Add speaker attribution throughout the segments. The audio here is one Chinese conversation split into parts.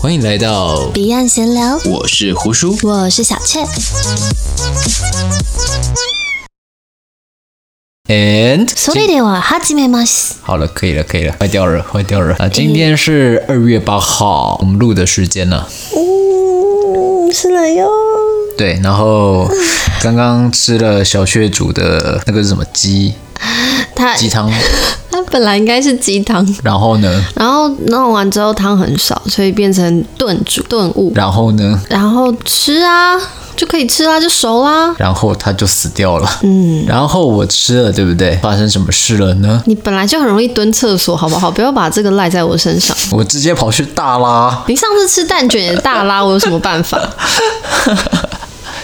Speaker 1: 欢迎来到，
Speaker 2: 彼岸闲聊，
Speaker 1: 我是胡叔。
Speaker 2: 我是小雀。
Speaker 1: And
Speaker 2: 所以
Speaker 1: 今
Speaker 2: では始めます。
Speaker 1: 好了，可以了，可以了，坏掉了，坏掉了啊！今天是二月八号，我们录的时间呢？
Speaker 2: 嗯，是了哟。
Speaker 1: 对，然后刚刚吃了小雪煮的那个是什么鸡
Speaker 2: 它
Speaker 1: 鸡汤，
Speaker 2: 它本来应该是鸡汤，
Speaker 1: 然后 呢，
Speaker 2: 然后弄完之后汤很少，所以变成炖煮炖物，
Speaker 1: 然后呢，
Speaker 2: 然后吃啊就可以吃啦，就熟啦。
Speaker 1: 然后它就死掉了。
Speaker 2: 嗯，
Speaker 1: 然后我吃了，对不对？发生什么事了呢？
Speaker 2: 你本来就很容易蹲厕所，好不好？不要把这个赖在我身上。
Speaker 1: 我直接跑去大拉，
Speaker 2: 你上次吃蛋卷也大拉，我有什么办法？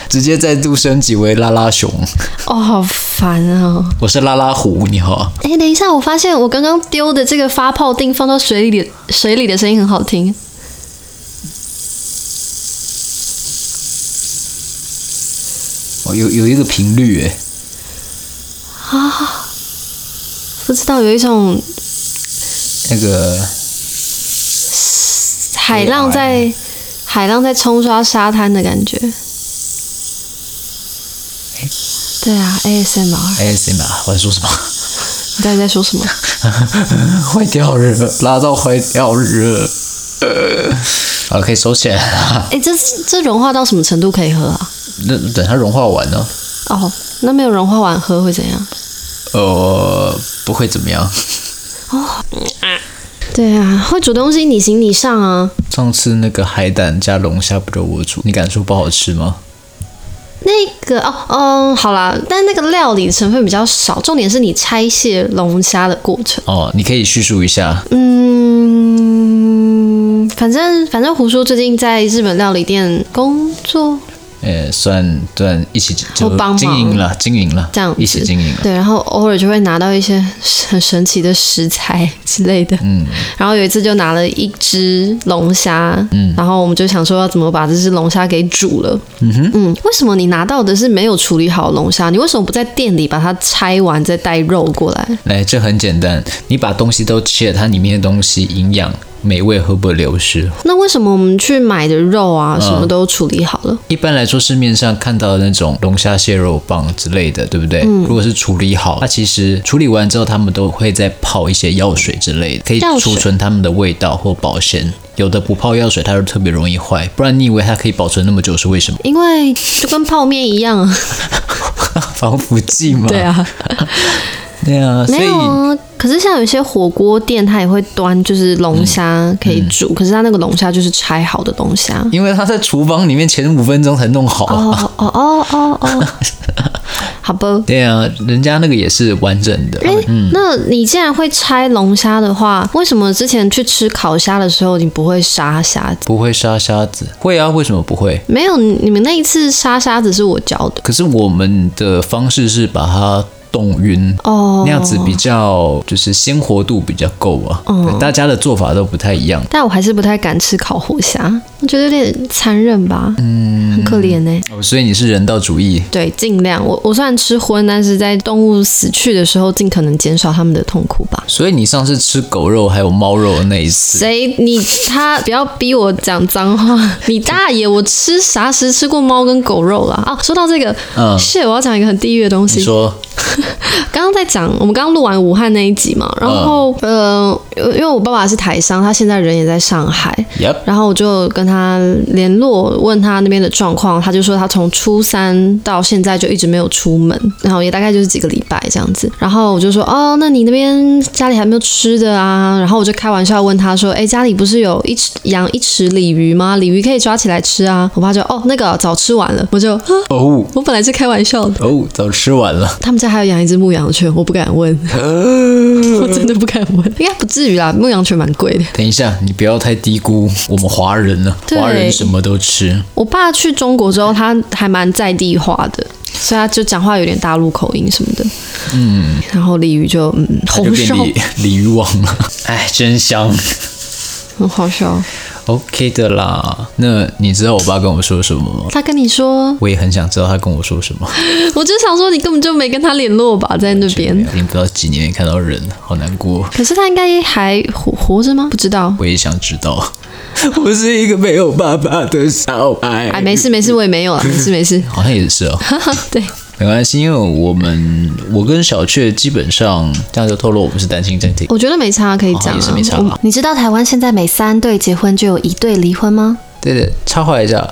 Speaker 1: 直接再度升级为拉拉熊。
Speaker 2: 哦，好烦哦！
Speaker 1: 我是拉拉虎，你好。
Speaker 2: 哎，等一下，我发现我刚刚丢的这个发泡钉放到水里的水里的声音很好听。
Speaker 1: 哦，有有一个频率诶，
Speaker 2: 不知道有一种
Speaker 1: 那个
Speaker 2: 海浪在海浪在冲刷沙滩的感觉。对啊，ASMR，
Speaker 1: ASMR 我在说什么？
Speaker 2: 你到底在说什么？
Speaker 1: 坏掉了，拉到坏掉了。呃， 好了，可以收起来了。
Speaker 2: 哎，这这融化到什么程度可以喝啊？
Speaker 1: 那等它融化完呢？
Speaker 2: 哦，那没有融化完喝会怎样？
Speaker 1: 呃，不会怎么样。
Speaker 2: 对啊，会煮东西你行你上啊。
Speaker 1: 上次那个海胆加龙虾不就我煮，你敢说不好吃吗？
Speaker 2: 那个哦，嗯，好啦，但那个料理成分比较少，重点是你拆卸龙虾的过程。
Speaker 1: 哦，你可以叙述一下。
Speaker 2: 嗯，反正反正胡叔最近在日本料理店工作，
Speaker 1: 呃，算算一起就
Speaker 2: 我帮忙
Speaker 1: 经营了，经营了，
Speaker 2: 这样子
Speaker 1: 一起经营了。
Speaker 2: 对，然后偶尔就会拿到一些很神奇的食材 之类的。
Speaker 1: 嗯，
Speaker 2: 然后有一次就拿了一只龙虾，
Speaker 1: 嗯
Speaker 2: 然后我们就想说要怎么把这只龙虾给煮了。嗯哼，嗯，为什么你拿到的是没有处理好的龙虾？你为什么不在店里把它拆完再带肉过来？
Speaker 1: 来，这很简单，你把东西都切了，它里面的东西营养美味会不会流失？
Speaker 2: 那为什么我们去买的肉啊，
Speaker 1: 嗯
Speaker 2: 什么都处理好了？
Speaker 1: 一般来说，市面上看到的那种龙虾蟹肉棒之类的，对不对？
Speaker 2: 嗯
Speaker 1: 如果是处理好，它其实处理完之后，他们都会再泡一些药水之类的，可以
Speaker 2: 药水
Speaker 1: 储存它们的味道或保鲜。有的不泡药水，它就特别容易坏。不然你以为它可以保存那么久是为什么？
Speaker 2: 因为就跟泡面一样啊，
Speaker 1: 防腐剂吗？
Speaker 2: 对，啊，
Speaker 1: 对啊， 所
Speaker 2: 没
Speaker 1: 以
Speaker 2: 有啊。可是像有些火锅店，它也会端就是龙
Speaker 1: 嗯
Speaker 2: 虾可以煮，可是它那个龙虾就是拆好的龙虾。
Speaker 1: 因为它在厨房里面前五分钟才弄好。
Speaker 2: 哦哦哦哦哦，好吧。
Speaker 1: 对啊，人家那个也是完整的。
Speaker 2: 哎、那你既然会拆龙虾的话，为什么之前去吃烤虾的时候你不会杀虾子？
Speaker 1: 不会杀虾子，会啊？为什么不会？
Speaker 2: 没有，你们那一次杀虾子是我教的
Speaker 1: 可是我们的方式是把它冻晕，
Speaker 2: 哦
Speaker 1: 那。样子比较就是鲜活度比较够啊。
Speaker 2: 哦
Speaker 1: 对大家的做法都不太一样。
Speaker 2: 但我还是不太敢吃烤活虾，我觉得有点残忍吧，嗯，很可怜呢、
Speaker 1: 哦所以你是人道主义，
Speaker 2: 对，尽量我我虽然吃荤，但是在动物死去的时候，尽可能减少它们的痛苦吧。
Speaker 1: 所以你上次吃狗肉还有猫肉的那一次，
Speaker 2: 谁你他不要逼我讲脏话，你大爷！我吃啥时吃过猫跟狗肉啦？啊，说到这个，
Speaker 1: 嗯
Speaker 2: 是、我要讲一个很地狱的东
Speaker 1: 你
Speaker 2: 西。
Speaker 1: 说
Speaker 2: 刚刚在讲，我们刚刚录完武汉那一集嘛，然后、
Speaker 1: 嗯
Speaker 2: 呃，因为我爸爸是台商，他现在人也在上海，
Speaker 1: ，Yep，
Speaker 2: 然后我就跟他联络，问他那边的状况，他就说他从初三到现在就一直没有出门，然后也大概就是几个礼拜这样子。然后我就说，哦，那你那边家里还没有吃的啊？然后我就开玩笑问他说，哎，家里不是有一池养一池鲤鱼吗？鲤鱼可以抓起来吃啊。我爸就，哦，那个早吃完了。我就，啊
Speaker 1: 哦
Speaker 2: 我本来是开玩笑的。
Speaker 1: 哦，早吃完了，
Speaker 2: 他们家还有养一只牧羊犬，我不敢问，我真的不敢问，应该不至于啦，牧羊犬蛮贵的。
Speaker 1: 等一下，你不要太低估我们华人了，
Speaker 2: 对
Speaker 1: 华人什么都吃。
Speaker 2: 我爸去中国之后，他还蛮在地化的，所以他就讲话有点大陆口音什么的。嗯，然后鲤鱼就嗯
Speaker 1: 它就
Speaker 2: 红
Speaker 1: 变
Speaker 2: 烧，
Speaker 1: 鲤鲤鱼王了，哎，真香！
Speaker 2: 很好笑。
Speaker 1: OK 的啦。那你知道我爸跟我说什么吗？
Speaker 2: 他跟你说，
Speaker 1: 我也很想知道他跟我说什么。
Speaker 2: 我就想说你根本就没跟他联络吧，在那边。
Speaker 1: 已经不知道几年没看到人，好难过。
Speaker 2: 可是他应该还活活着吗？不知道。
Speaker 1: 我也想知道， 我是一个没有爸爸的小孩。
Speaker 2: 哎，没事没事，我也没有了，没事 没事。
Speaker 1: 好像也是哦。
Speaker 2: 对，
Speaker 1: 没关系，因为我们我跟小雀基本上这样就透露我们是单亲家庭。
Speaker 2: 我觉得没差，可以
Speaker 1: 哦
Speaker 2: 讲、
Speaker 1: 也
Speaker 2: 啊
Speaker 1: 是没差吧
Speaker 2: 我
Speaker 3: 你知道台湾现在每三对结婚就有一对离婚吗？
Speaker 2: 嗯
Speaker 1: 对的，插话一下，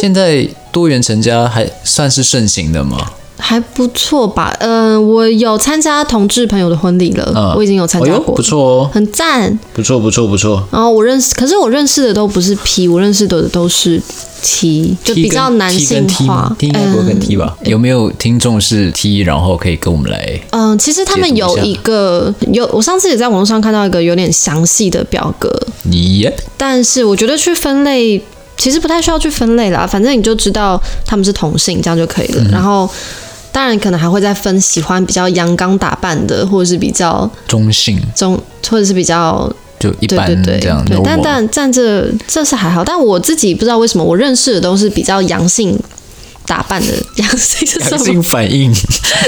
Speaker 1: 现在多元成家还算是盛行的吗？
Speaker 2: 还不错吧？嗯、我有参加同志朋友的婚礼了，
Speaker 1: 嗯
Speaker 2: 我已经有参
Speaker 1: 哎
Speaker 2: 加
Speaker 1: 呦
Speaker 2: 过，
Speaker 1: 不错哦，
Speaker 2: 很赞。
Speaker 1: 不错，不错，不错。
Speaker 2: 然后我认识，可是我认识的都不是 P，我认识的都是 T，就
Speaker 1: T
Speaker 2: 比较
Speaker 1: 跟
Speaker 2: 男
Speaker 1: T
Speaker 2: 性
Speaker 1: 跟 T
Speaker 2: 化嗯
Speaker 1: 吗。T 应该不会跟 T 吧？有没有听众是 T，然后可以跟我们来？
Speaker 2: 嗯，其实他们有
Speaker 1: 解读一
Speaker 2: 一
Speaker 1: 下
Speaker 2: 个有，我上次也在网络上看到一个有点详细的表格，
Speaker 1: 耶、
Speaker 2: 但是我觉得去分类其实不太需要去分类啦，反正你就知道他们是同性，这样就可以了。
Speaker 1: 嗯
Speaker 2: 然后。当然，可能还会再分喜欢比较阳刚打扮的，或者是比较
Speaker 1: 中性
Speaker 2: 中，或者是比较
Speaker 1: 就一
Speaker 2: 对
Speaker 1: 般
Speaker 2: 对对
Speaker 1: 这样。
Speaker 2: 对
Speaker 1: normal
Speaker 2: 但但但这这是还好，但我自己不知道为什么我认识的都是比较阳性打扮的，阳性是 什
Speaker 1: 阳
Speaker 2: 么？
Speaker 1: 性反应，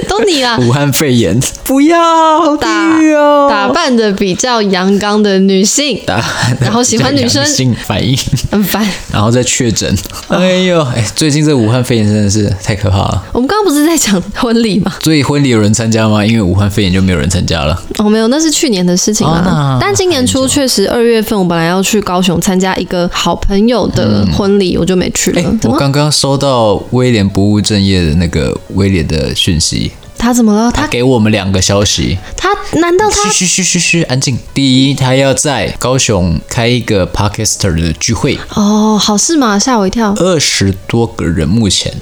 Speaker 2: 都你啦，
Speaker 1: 武汉肺 炎，不要好
Speaker 2: 打
Speaker 1: 地狱哦
Speaker 2: 打扮的比较阳刚的女性，
Speaker 1: 打，
Speaker 2: 然后喜欢女生
Speaker 1: 阳性反应，
Speaker 2: 很烦。
Speaker 1: 然后再确诊。
Speaker 2: 哦
Speaker 1: 哎呦，哎，最近这武汉肺炎真的是太可怕了。
Speaker 2: 我们刚刚不是在讲婚礼吗？
Speaker 1: 所以婚礼有人参加吗？因为武汉肺炎就没有人参加了。
Speaker 2: 哦，没有，那是去年的事情
Speaker 1: 哦
Speaker 2: 啦。
Speaker 1: 那
Speaker 2: 但今年初确实二月份，我本来要去高雄参加一个好朋友的婚礼，我就没去了。嗯
Speaker 1: 嗯哎
Speaker 2: 怎
Speaker 1: 我
Speaker 2: 么？
Speaker 1: 刚刚收到威廉不务正业的那个威廉的讯息，
Speaker 2: 他怎么了？
Speaker 1: 他
Speaker 2: 他
Speaker 1: 给我们两个消息。
Speaker 2: 他难道啊哦他
Speaker 1: 嘘嘘嘘嘘嘘，安静。第一，他要在高雄开一个 Podcaster 的聚会，
Speaker 2: 哦，好事嘛，吓我一跳！
Speaker 1: 二十多个人目前。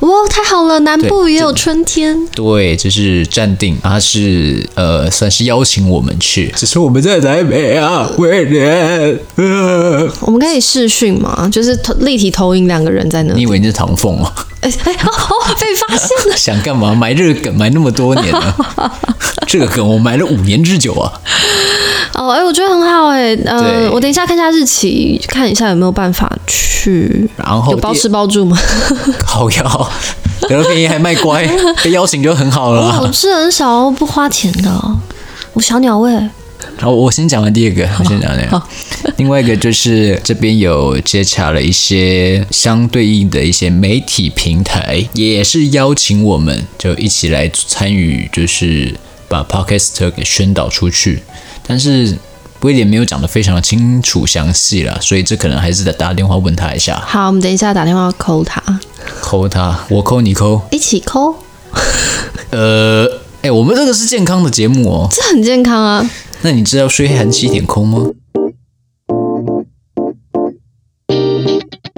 Speaker 2: 哇，太好了，南
Speaker 1: 对
Speaker 2: 部也有春天。
Speaker 1: 对，这是暂定，他是呃，算是邀请我们去，只是我们在台北啊，威廉。呃、
Speaker 2: 我们可以视讯嘛，就是投立体投影两个人在那
Speaker 1: 你
Speaker 2: 里。
Speaker 1: 以为你是唐凤哦？！
Speaker 2: 哎哎哦哦，被发现了
Speaker 1: 想干嘛？埋这个梗埋那么多年了， 这个梗我埋了五年之久啊。
Speaker 2: 哦，哎，我觉得很好哎、
Speaker 1: 对
Speaker 2: 呃，我等一下看一下日期，看一下有没有办法去。
Speaker 1: 然后
Speaker 2: 有包
Speaker 1: 第
Speaker 2: 吃包住 吗？
Speaker 1: 靠腰，得了便宜还卖乖，被邀请就很好了
Speaker 3: 我
Speaker 1: 啦。
Speaker 3: 吃很少，不花钱的哦，我小鸟欸胃。
Speaker 1: 然后我先讲完第二个，我先讲那个。另外一个就是这边有接洽了一些相对应的一些媒体平台，也是邀请我们就一起来参与，就是把 Podcast 给宣导出去。但是威廉没有讲得非常的清楚详细啦，所以这可能还是得打电话问他一下，
Speaker 2: 好，我们等一下打电话 call 他，
Speaker 1: 扣他，我扣你扣。
Speaker 2: 一起 call，
Speaker 1: 呃，哎、我们这个是健康的节目哦。
Speaker 2: 这很健康啊。
Speaker 1: 那你知道睡黑寒气一点空吗？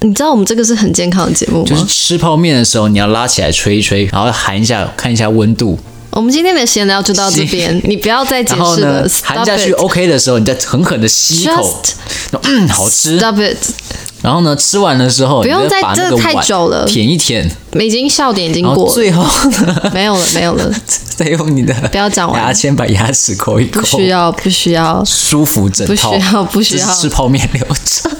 Speaker 2: 你知道我们这个是很健康的节目吗？
Speaker 1: 就是吃泡面的时候，你要拉起来吹一吹，然后含一下，看一下温度，
Speaker 2: 我们今天的闲聊就到这边，你不要再解
Speaker 1: 然后
Speaker 2: 释
Speaker 1: 呢
Speaker 2: 了，
Speaker 1: 含
Speaker 2: stop
Speaker 1: 下去
Speaker 2: it，stop
Speaker 1: OK 的时候，你再狠狠的吸一口
Speaker 2: Just，
Speaker 1: 嗯，好吃。
Speaker 2: it，
Speaker 1: 然后呢，吃完的时候，
Speaker 2: 不用
Speaker 1: 你再
Speaker 2: 再
Speaker 1: 把那
Speaker 2: 这
Speaker 1: 个
Speaker 2: 个太
Speaker 1: 碗
Speaker 2: 久了
Speaker 1: 舔一舔，
Speaker 2: 已经笑点已经
Speaker 1: 然后
Speaker 2: 过了，
Speaker 1: 最后 呢，
Speaker 2: 没有了，没有了，
Speaker 1: 再用你的
Speaker 2: 不要讲完
Speaker 1: 牙签把牙齿抠一抠，
Speaker 2: 不需要，不需要。
Speaker 1: 舒服整套，
Speaker 2: 不需要不需要
Speaker 1: 这是吃泡面流程，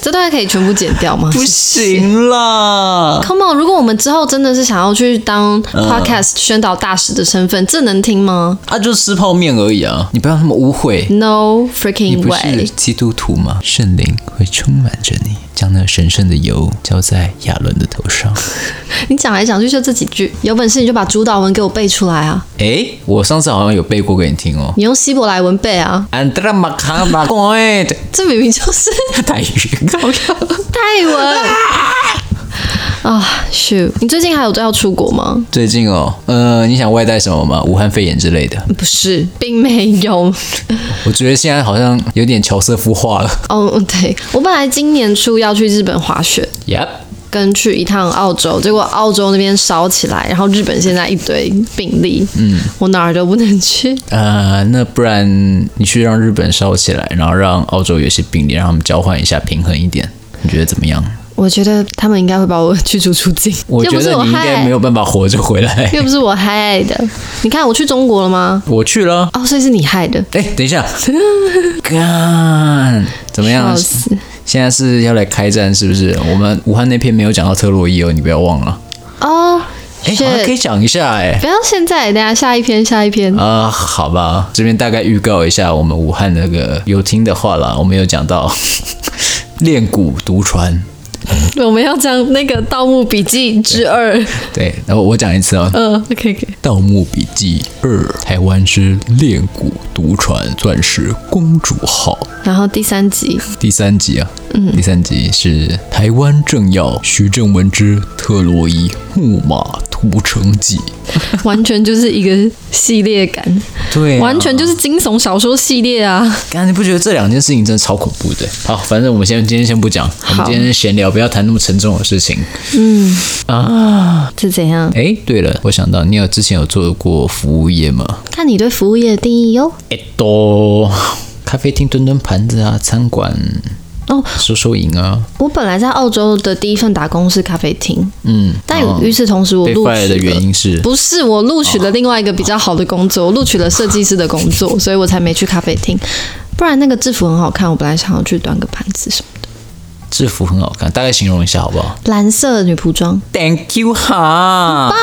Speaker 2: 这段可以全部剪掉吗？
Speaker 1: 不行啦。
Speaker 2: Come on，如果我们之后真的是想要去当
Speaker 1: 嗯
Speaker 2: podcast 宣导大使的身份，这能听吗
Speaker 1: 啊，就吃泡面而已啊！你不要那么污秽。
Speaker 2: ？No
Speaker 1: 你
Speaker 2: freaking
Speaker 1: 不是
Speaker 2: way！
Speaker 1: 基督徒吗？圣灵会充满着你，将那神圣的油浇在亚伦的头上。
Speaker 2: 你讲来讲去就这几句，有本事你就把主导文给我背出来啊！
Speaker 1: 诶，我上次好像有背过给你听哦。
Speaker 2: 你用希伯来文背啊，
Speaker 1: 安德拉马卡 马怪的
Speaker 2: 这明明就是
Speaker 1: 台语，
Speaker 2: 泰文 啊！Shoot，你最近还有要出国吗？
Speaker 1: 最近哦，呃，你想外带什么吗？武汉肺炎之类的。
Speaker 2: 不是，并没有。
Speaker 1: 我觉得现在好像有点乔瑟夫化了。
Speaker 2: 哦、对，我本来今年初要去日本滑雪，
Speaker 1: Yep，
Speaker 2: 跟去一趟澳洲，结果澳洲那边烧起来，然后日本现在一堆病例，嗯，我哪儿都不能去。
Speaker 1: 呃，那不然你去让日本烧起来，然后让澳洲有些病例，让他们交换一下，平衡一点，你觉得怎么样？
Speaker 2: 我觉得他们应该会把我驱逐出境，
Speaker 1: 我
Speaker 2: 又
Speaker 1: 觉
Speaker 2: 不是
Speaker 1: 得
Speaker 2: 我
Speaker 1: 你应该
Speaker 2: 害
Speaker 1: 没，有办法活着回来。
Speaker 2: 又不是我害的。你看我去中国了吗？
Speaker 1: 我去了，
Speaker 2: 哦，所以是你害的，
Speaker 1: 哎，等一 下，干怎么样
Speaker 2: 笑？死！
Speaker 1: 现在是要来开战是不是？我们武汉那篇没有讲到特洛伊哦，你不要忘了。
Speaker 2: 哦，
Speaker 1: 哎，好像可以
Speaker 2: shit，
Speaker 1: 讲一下哎、
Speaker 2: 不要现在，等一下下一篇，下一篇。
Speaker 1: 啊、好吧，这边大概预告一下，我们武汉那个有听的话啦，我们有讲到 练蛊独传，
Speaker 2: 我们要讲那个《盗墓笔记之 二》。
Speaker 1: 对，然后我讲一次哦，
Speaker 2: 嗯，OK OK。
Speaker 1: 《盗墓笔记二》，台湾之练蛊独传，钻石公主号。
Speaker 2: 然后第三集，
Speaker 1: 第三集啊，嗯，第三集是台湾政要徐正文之特洛伊木马屠城记，
Speaker 2: 完全就是一个系列感，
Speaker 1: 对啊
Speaker 2: 完全就是惊悚小说系列啊！
Speaker 1: 刚才你不觉得这两件事情真的超恐怖的？好，反正我们先今天先不讲，我们
Speaker 2: 好
Speaker 1: 今天闲聊，不要谈那么沉重的事情。
Speaker 2: 是怎样？
Speaker 1: 哎，对了，我想到你有之前有做过服务业吗？
Speaker 2: 看你对服务业的定义哟。
Speaker 1: 哎，都咖啡厅蹲蹲盘子啊，餐馆
Speaker 2: 哦，
Speaker 1: 收收银啊，
Speaker 2: 我本来在澳洲的第一份打工是咖啡厅，
Speaker 1: 嗯，
Speaker 2: 但
Speaker 1: 哦
Speaker 2: 与此同时，我
Speaker 1: 被
Speaker 2: 录
Speaker 1: fire
Speaker 2: 取
Speaker 1: 的原因是
Speaker 2: 不是我录取了另外一个比较好的工作，我录取了设计师的工 作，所以我才没去咖啡厅。不然那个制服很好看，我本来想要去端个盘子什么的，
Speaker 1: 制服很好看，大概形容一下好不好
Speaker 2: 蓝色的女仆装。
Speaker 1: ？Thank you 哈，
Speaker 2: 啊，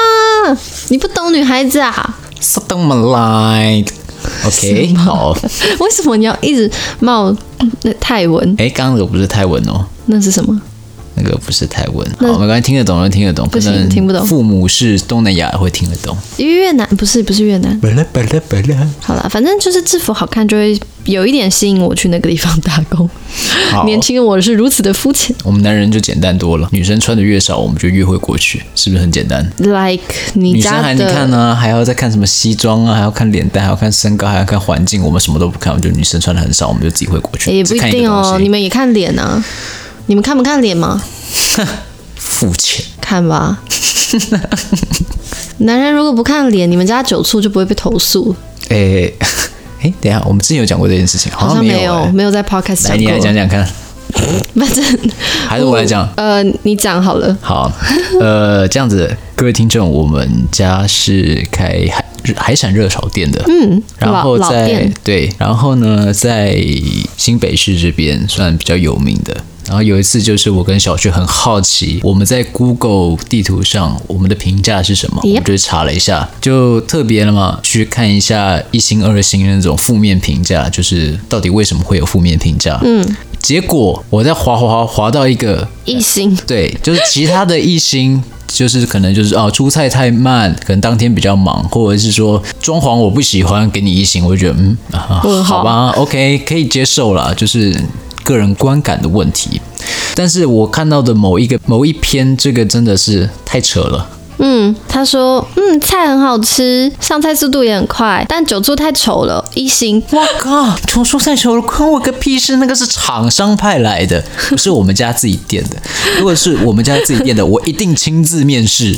Speaker 2: 你不懂女孩子啊？
Speaker 1: s t o m light。OK，好。
Speaker 2: 为什么你要一直冒那泰文？
Speaker 1: 哎，刚刚那个不是泰文哦，
Speaker 2: 那是什么？
Speaker 1: 那个不是泰文。
Speaker 2: 那
Speaker 1: 好，没关系，听得懂就听得懂，
Speaker 2: 不行
Speaker 1: 可能
Speaker 2: 听不懂
Speaker 1: 父母是东南亚会听得懂。
Speaker 2: 越南不是不是越南。
Speaker 1: 巴拉巴拉巴拉。
Speaker 2: 好啦，反正就是制服好看，就会有一点吸引我去那个地方打工。
Speaker 1: 好，
Speaker 2: 年轻的我是如此的肤浅
Speaker 1: 我们男人就简单多了，女生穿的越少，我们就越会过去，是不是很简单？
Speaker 2: ，like 你
Speaker 1: 女生
Speaker 2: 家
Speaker 1: 还你看
Speaker 2: 的
Speaker 1: 呢、还要再看什么西装啊，还要看脸蛋，还要看身高，还要看环境，我们什么都不看，我们就女生穿的很少，我们就自己会过去。
Speaker 2: 也不
Speaker 1: 只
Speaker 2: 一
Speaker 1: 看
Speaker 2: 定
Speaker 1: 个东
Speaker 2: 哦。
Speaker 1: 西
Speaker 2: 你们也看脸啊？你们看不看脸吗？
Speaker 1: 肤浅。
Speaker 2: 看 吧。男人如果不看脸，你们家酒醋就不会被投诉。
Speaker 1: 诶、诶，等一下，我们之前有讲过这件事情，好
Speaker 2: 好
Speaker 1: 像哦
Speaker 2: 像
Speaker 1: 没
Speaker 2: 没有欸
Speaker 1: 诶
Speaker 2: 没有在 podcast
Speaker 1: 来，
Speaker 2: 讲
Speaker 1: 你来讲
Speaker 2: 过。
Speaker 1: 讲看，
Speaker 2: 反正
Speaker 1: 还是我来讲？
Speaker 2: 呃，你讲好了。
Speaker 1: 好，呃，这样子，各位听众，我们家是开海海产热炒店的，嗯，然后
Speaker 2: 老老
Speaker 1: 在
Speaker 2: 店
Speaker 1: 对，然后呢，在新北市这边算比较有名的。然后有一次，就是我跟小旭很好奇，我们在 Google 地图上我们的评价是什么，我
Speaker 2: Yep
Speaker 1: 们就查了一下，就特别了嘛，去看一下一星、二星那种负面评价，就是到底为什么会有负面评价。嗯，结果我在滑滑滑滑到一个
Speaker 2: 一星
Speaker 1: 对，就是其他的一星，就是可能就是哦，出菜太慢，可能当天比较忙，或者是说装潢我不喜欢，给你一星，我就觉得嗯啊，
Speaker 2: 问号
Speaker 1: 好吧，OK，可以接受啦，就是个人观感的问题。但是我看到的某一个某一篇，这个真的是太扯了。
Speaker 2: 嗯，他说，嗯，菜很好吃，上菜速度也很快，但酒醋太丑了，一星。
Speaker 1: 我靠！重说太丑了，关我个屁事！那个是厂商派来 的，不是我们家自己店的。如果是我们家自己店的，我一定亲自面 试。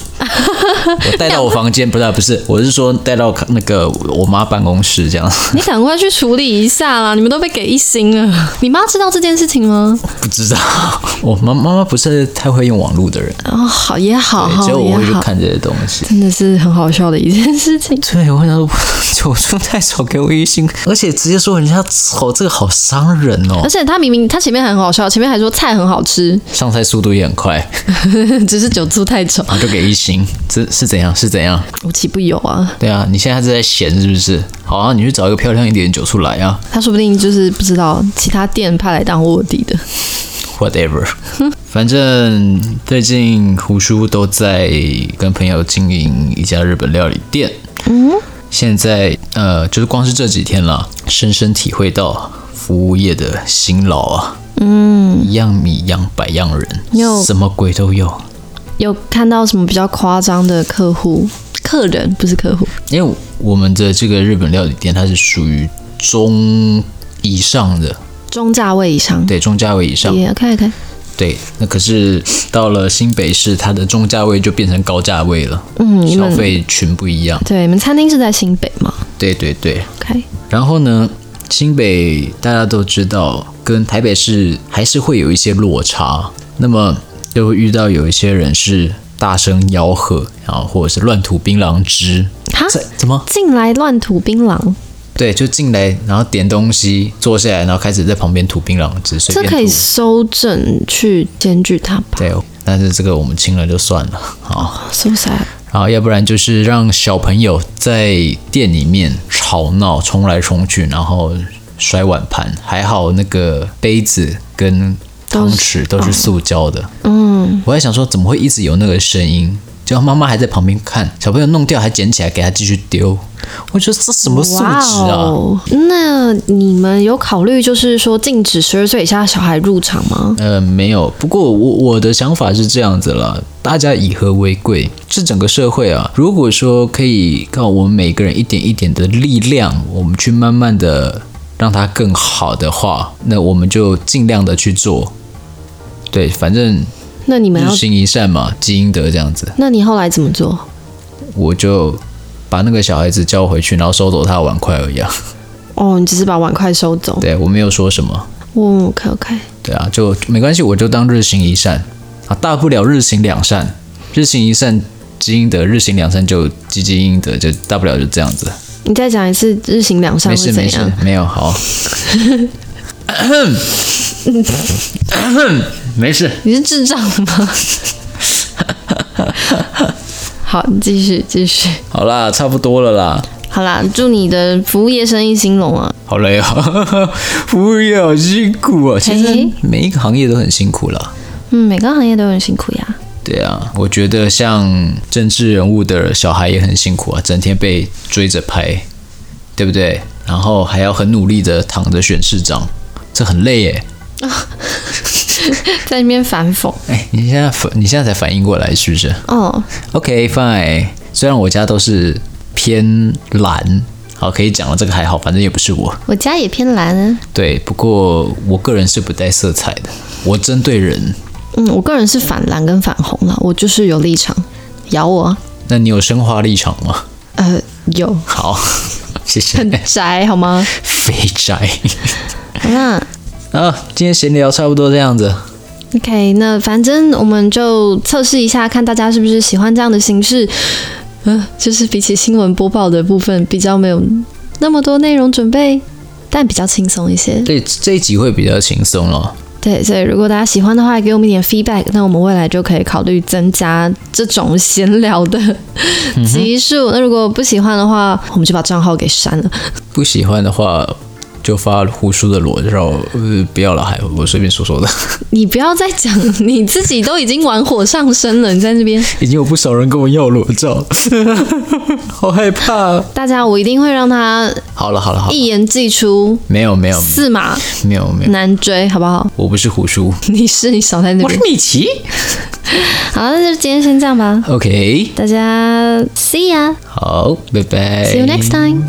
Speaker 1: 我带到我房间，不是、啊、不是，我是说带到那个我妈办公室这样。
Speaker 2: 你赶快去处理一下啦！你们都被给一星了，你妈知道这件事情吗？
Speaker 1: 不知道，我妈妈妈不是太会用网络的人，
Speaker 2: 哦，好也好，
Speaker 1: 对，只
Speaker 2: 好
Speaker 1: 有
Speaker 2: 也
Speaker 1: 我会去
Speaker 2: 好，
Speaker 1: 看这些东西。
Speaker 2: 真的是很好笑的一件事情。
Speaker 1: 对，我想说，九叔太丑，给我一星，而且直接说人家丑，这个好伤人哦
Speaker 2: 而。且他明明他前面很好笑，前面还说菜很好吃，
Speaker 1: 上菜速度也很快，
Speaker 2: 只是酒醋太丑，
Speaker 1: 然后就给一星，这是怎样？是怎样？
Speaker 2: 无奇不有啊！
Speaker 1: 对啊，你现在是在闲是不是？好啊，你去找一个漂亮一点的酒出来啊
Speaker 2: 他说不定就是不知道其他店派来当卧底的。
Speaker 1: ，whatever。反正最近胡叔都在跟朋友经营一家日本料理店。嗯，现在呃，就是光是这几天啦，深深体会到服务业的辛劳啊。嗯，一样米养百样人，
Speaker 2: 有
Speaker 1: 什么鬼都有。
Speaker 2: 有看到什么比较夸张的客户、客人，不是客户，
Speaker 1: 因为我们的这个日本料理店，它是属于中以上的，
Speaker 2: 中价位以上。
Speaker 1: 对，中价位以上。
Speaker 2: 也 OK OK，
Speaker 1: 对，那可是到了新北市，它的中价位就变成高价位了，
Speaker 2: 嗯你
Speaker 1: 消
Speaker 2: 们
Speaker 1: 费群不一样。
Speaker 2: 对，你们餐厅是在新北吗
Speaker 1: 对对对，
Speaker 2: ？OK，
Speaker 1: 然后呢，新北大家都知道，跟台北市还是会有一些落差，那么就会遇到有一些人是大声吆喝，然后或者是乱吐槟榔汁，
Speaker 2: 哈，
Speaker 1: 这怎么？
Speaker 2: 进来乱吐槟榔，
Speaker 1: 对，就进来，然后点东西，坐下来，然后开始在旁边吐槟榔汁，随
Speaker 2: 这
Speaker 1: 便
Speaker 2: 可以
Speaker 1: 吐。
Speaker 2: 收证去检举他吧
Speaker 1: 对，但是这个我们清了就算了啊，
Speaker 2: ？So sad。
Speaker 1: 然后要不然就是让小朋友在店里面吵闹，冲来冲去，然后摔碗盘。还好那个杯子跟汤匙都是塑胶的。
Speaker 2: 嗯，
Speaker 1: 我在想说，怎么会一直有那个声音？结果妈妈还在旁边看，小朋友弄掉还捡起来给他继续丢。我觉得这什么素质
Speaker 2: 哇
Speaker 1: 啊！
Speaker 2: 哦！那你们有考虑就是说禁止十二岁以下小孩入场吗？
Speaker 1: 呃，没有。不过我我的想法是这样子了，大家以和为贵，这整个社会啊，如果说可以靠我们每个人一点一点的力量，我们去慢慢的让它更好的话，那我们就尽量的去做。对，反正
Speaker 2: 那你们要
Speaker 1: 日，行一善嘛，积阴德这样子，
Speaker 2: 那你后来怎么做？
Speaker 1: 我就把那个小孩子叫回去，然后收走他的碗筷而已、啊。
Speaker 2: 哦，你只是把碗筷收走。
Speaker 1: 对我没有说什么。
Speaker 2: 嗯，OK OK。
Speaker 1: 对啊，就没关系，我就当日行一善啊，大不了日行两善，日行一善积阴德，日行两善就积积阴德，就大不了就这样子，
Speaker 2: 你再讲一次日行两善
Speaker 1: 没
Speaker 2: 会
Speaker 1: 事
Speaker 2: 怎
Speaker 1: 没事
Speaker 2: 样？，
Speaker 1: 没有 好。没事，
Speaker 2: 你是智障 吗？好，你继续继续。
Speaker 1: 好啦，差不多了啦，
Speaker 2: 好啦，祝你的服务业生意兴隆啊！
Speaker 1: 好累啊， 服务业好辛苦啊，其
Speaker 2: 嘿
Speaker 1: 实
Speaker 2: 嘿
Speaker 1: 每一个行业都很辛苦啦。
Speaker 2: 嗯，每个行业都很辛苦呀。
Speaker 1: 对啊，我觉得像政治人物的小孩也很辛苦啊，整天被追着拍，对不对？然后还要很努力的躺着选市长，这很累耶。
Speaker 2: 在那边反讽
Speaker 1: 哎，你现在反，你现在才反应过来是不是
Speaker 2: 哦，
Speaker 1: ？OK fine，虽然我家都是偏蓝，好可以讲了，这个还好，反正也不是我。
Speaker 2: 我家也偏蓝、啊。
Speaker 1: 对，不过我个人是不带色彩的，我针对人。
Speaker 2: 嗯，我个人是反蓝跟反红啦，我就是有立场，咬我啊。
Speaker 1: 那你有生化立场吗？
Speaker 2: 呃，有
Speaker 1: 好，谢谢。
Speaker 2: 宅好吗？
Speaker 1: 肥宅。
Speaker 2: 好啦
Speaker 1: 啊，今天闲聊差不多这样子。
Speaker 2: ，OK，那反正我们就测试一下，看大家是不是喜欢这样的形式。嗯、就是比起新闻播报的部分，比较没有那么多内容准备，但比较轻松一些。
Speaker 1: 对，这一集会比较轻松了。
Speaker 2: 对，所以如果大家喜欢的话，也给我们一点 feedback，那我们未来就可以考虑增加这种闲聊的 集数。那如果不喜欢的话，我们就把账号给删了。
Speaker 1: 不喜欢的话，就发胡叔的裸照。呃，不要了，还我随便说说的。
Speaker 2: 你不要再讲，你自己都已经玩火上身了，你在那边。
Speaker 1: 已经有不少人跟我要裸照， 好害怕啊。
Speaker 2: 大家，我一定会让他
Speaker 1: 好了好了好了，
Speaker 2: 一言既出，
Speaker 1: 没有没有
Speaker 2: 驷马
Speaker 1: 没有没有，
Speaker 2: 难追，好不好？
Speaker 1: 我不是胡叔，
Speaker 2: 你是你少在 那边。
Speaker 1: 米奇。
Speaker 2: 好，那就今天先这样吧，
Speaker 1: OK，
Speaker 2: 大家 see ya，see
Speaker 1: 好，拜拜。
Speaker 2: you next time。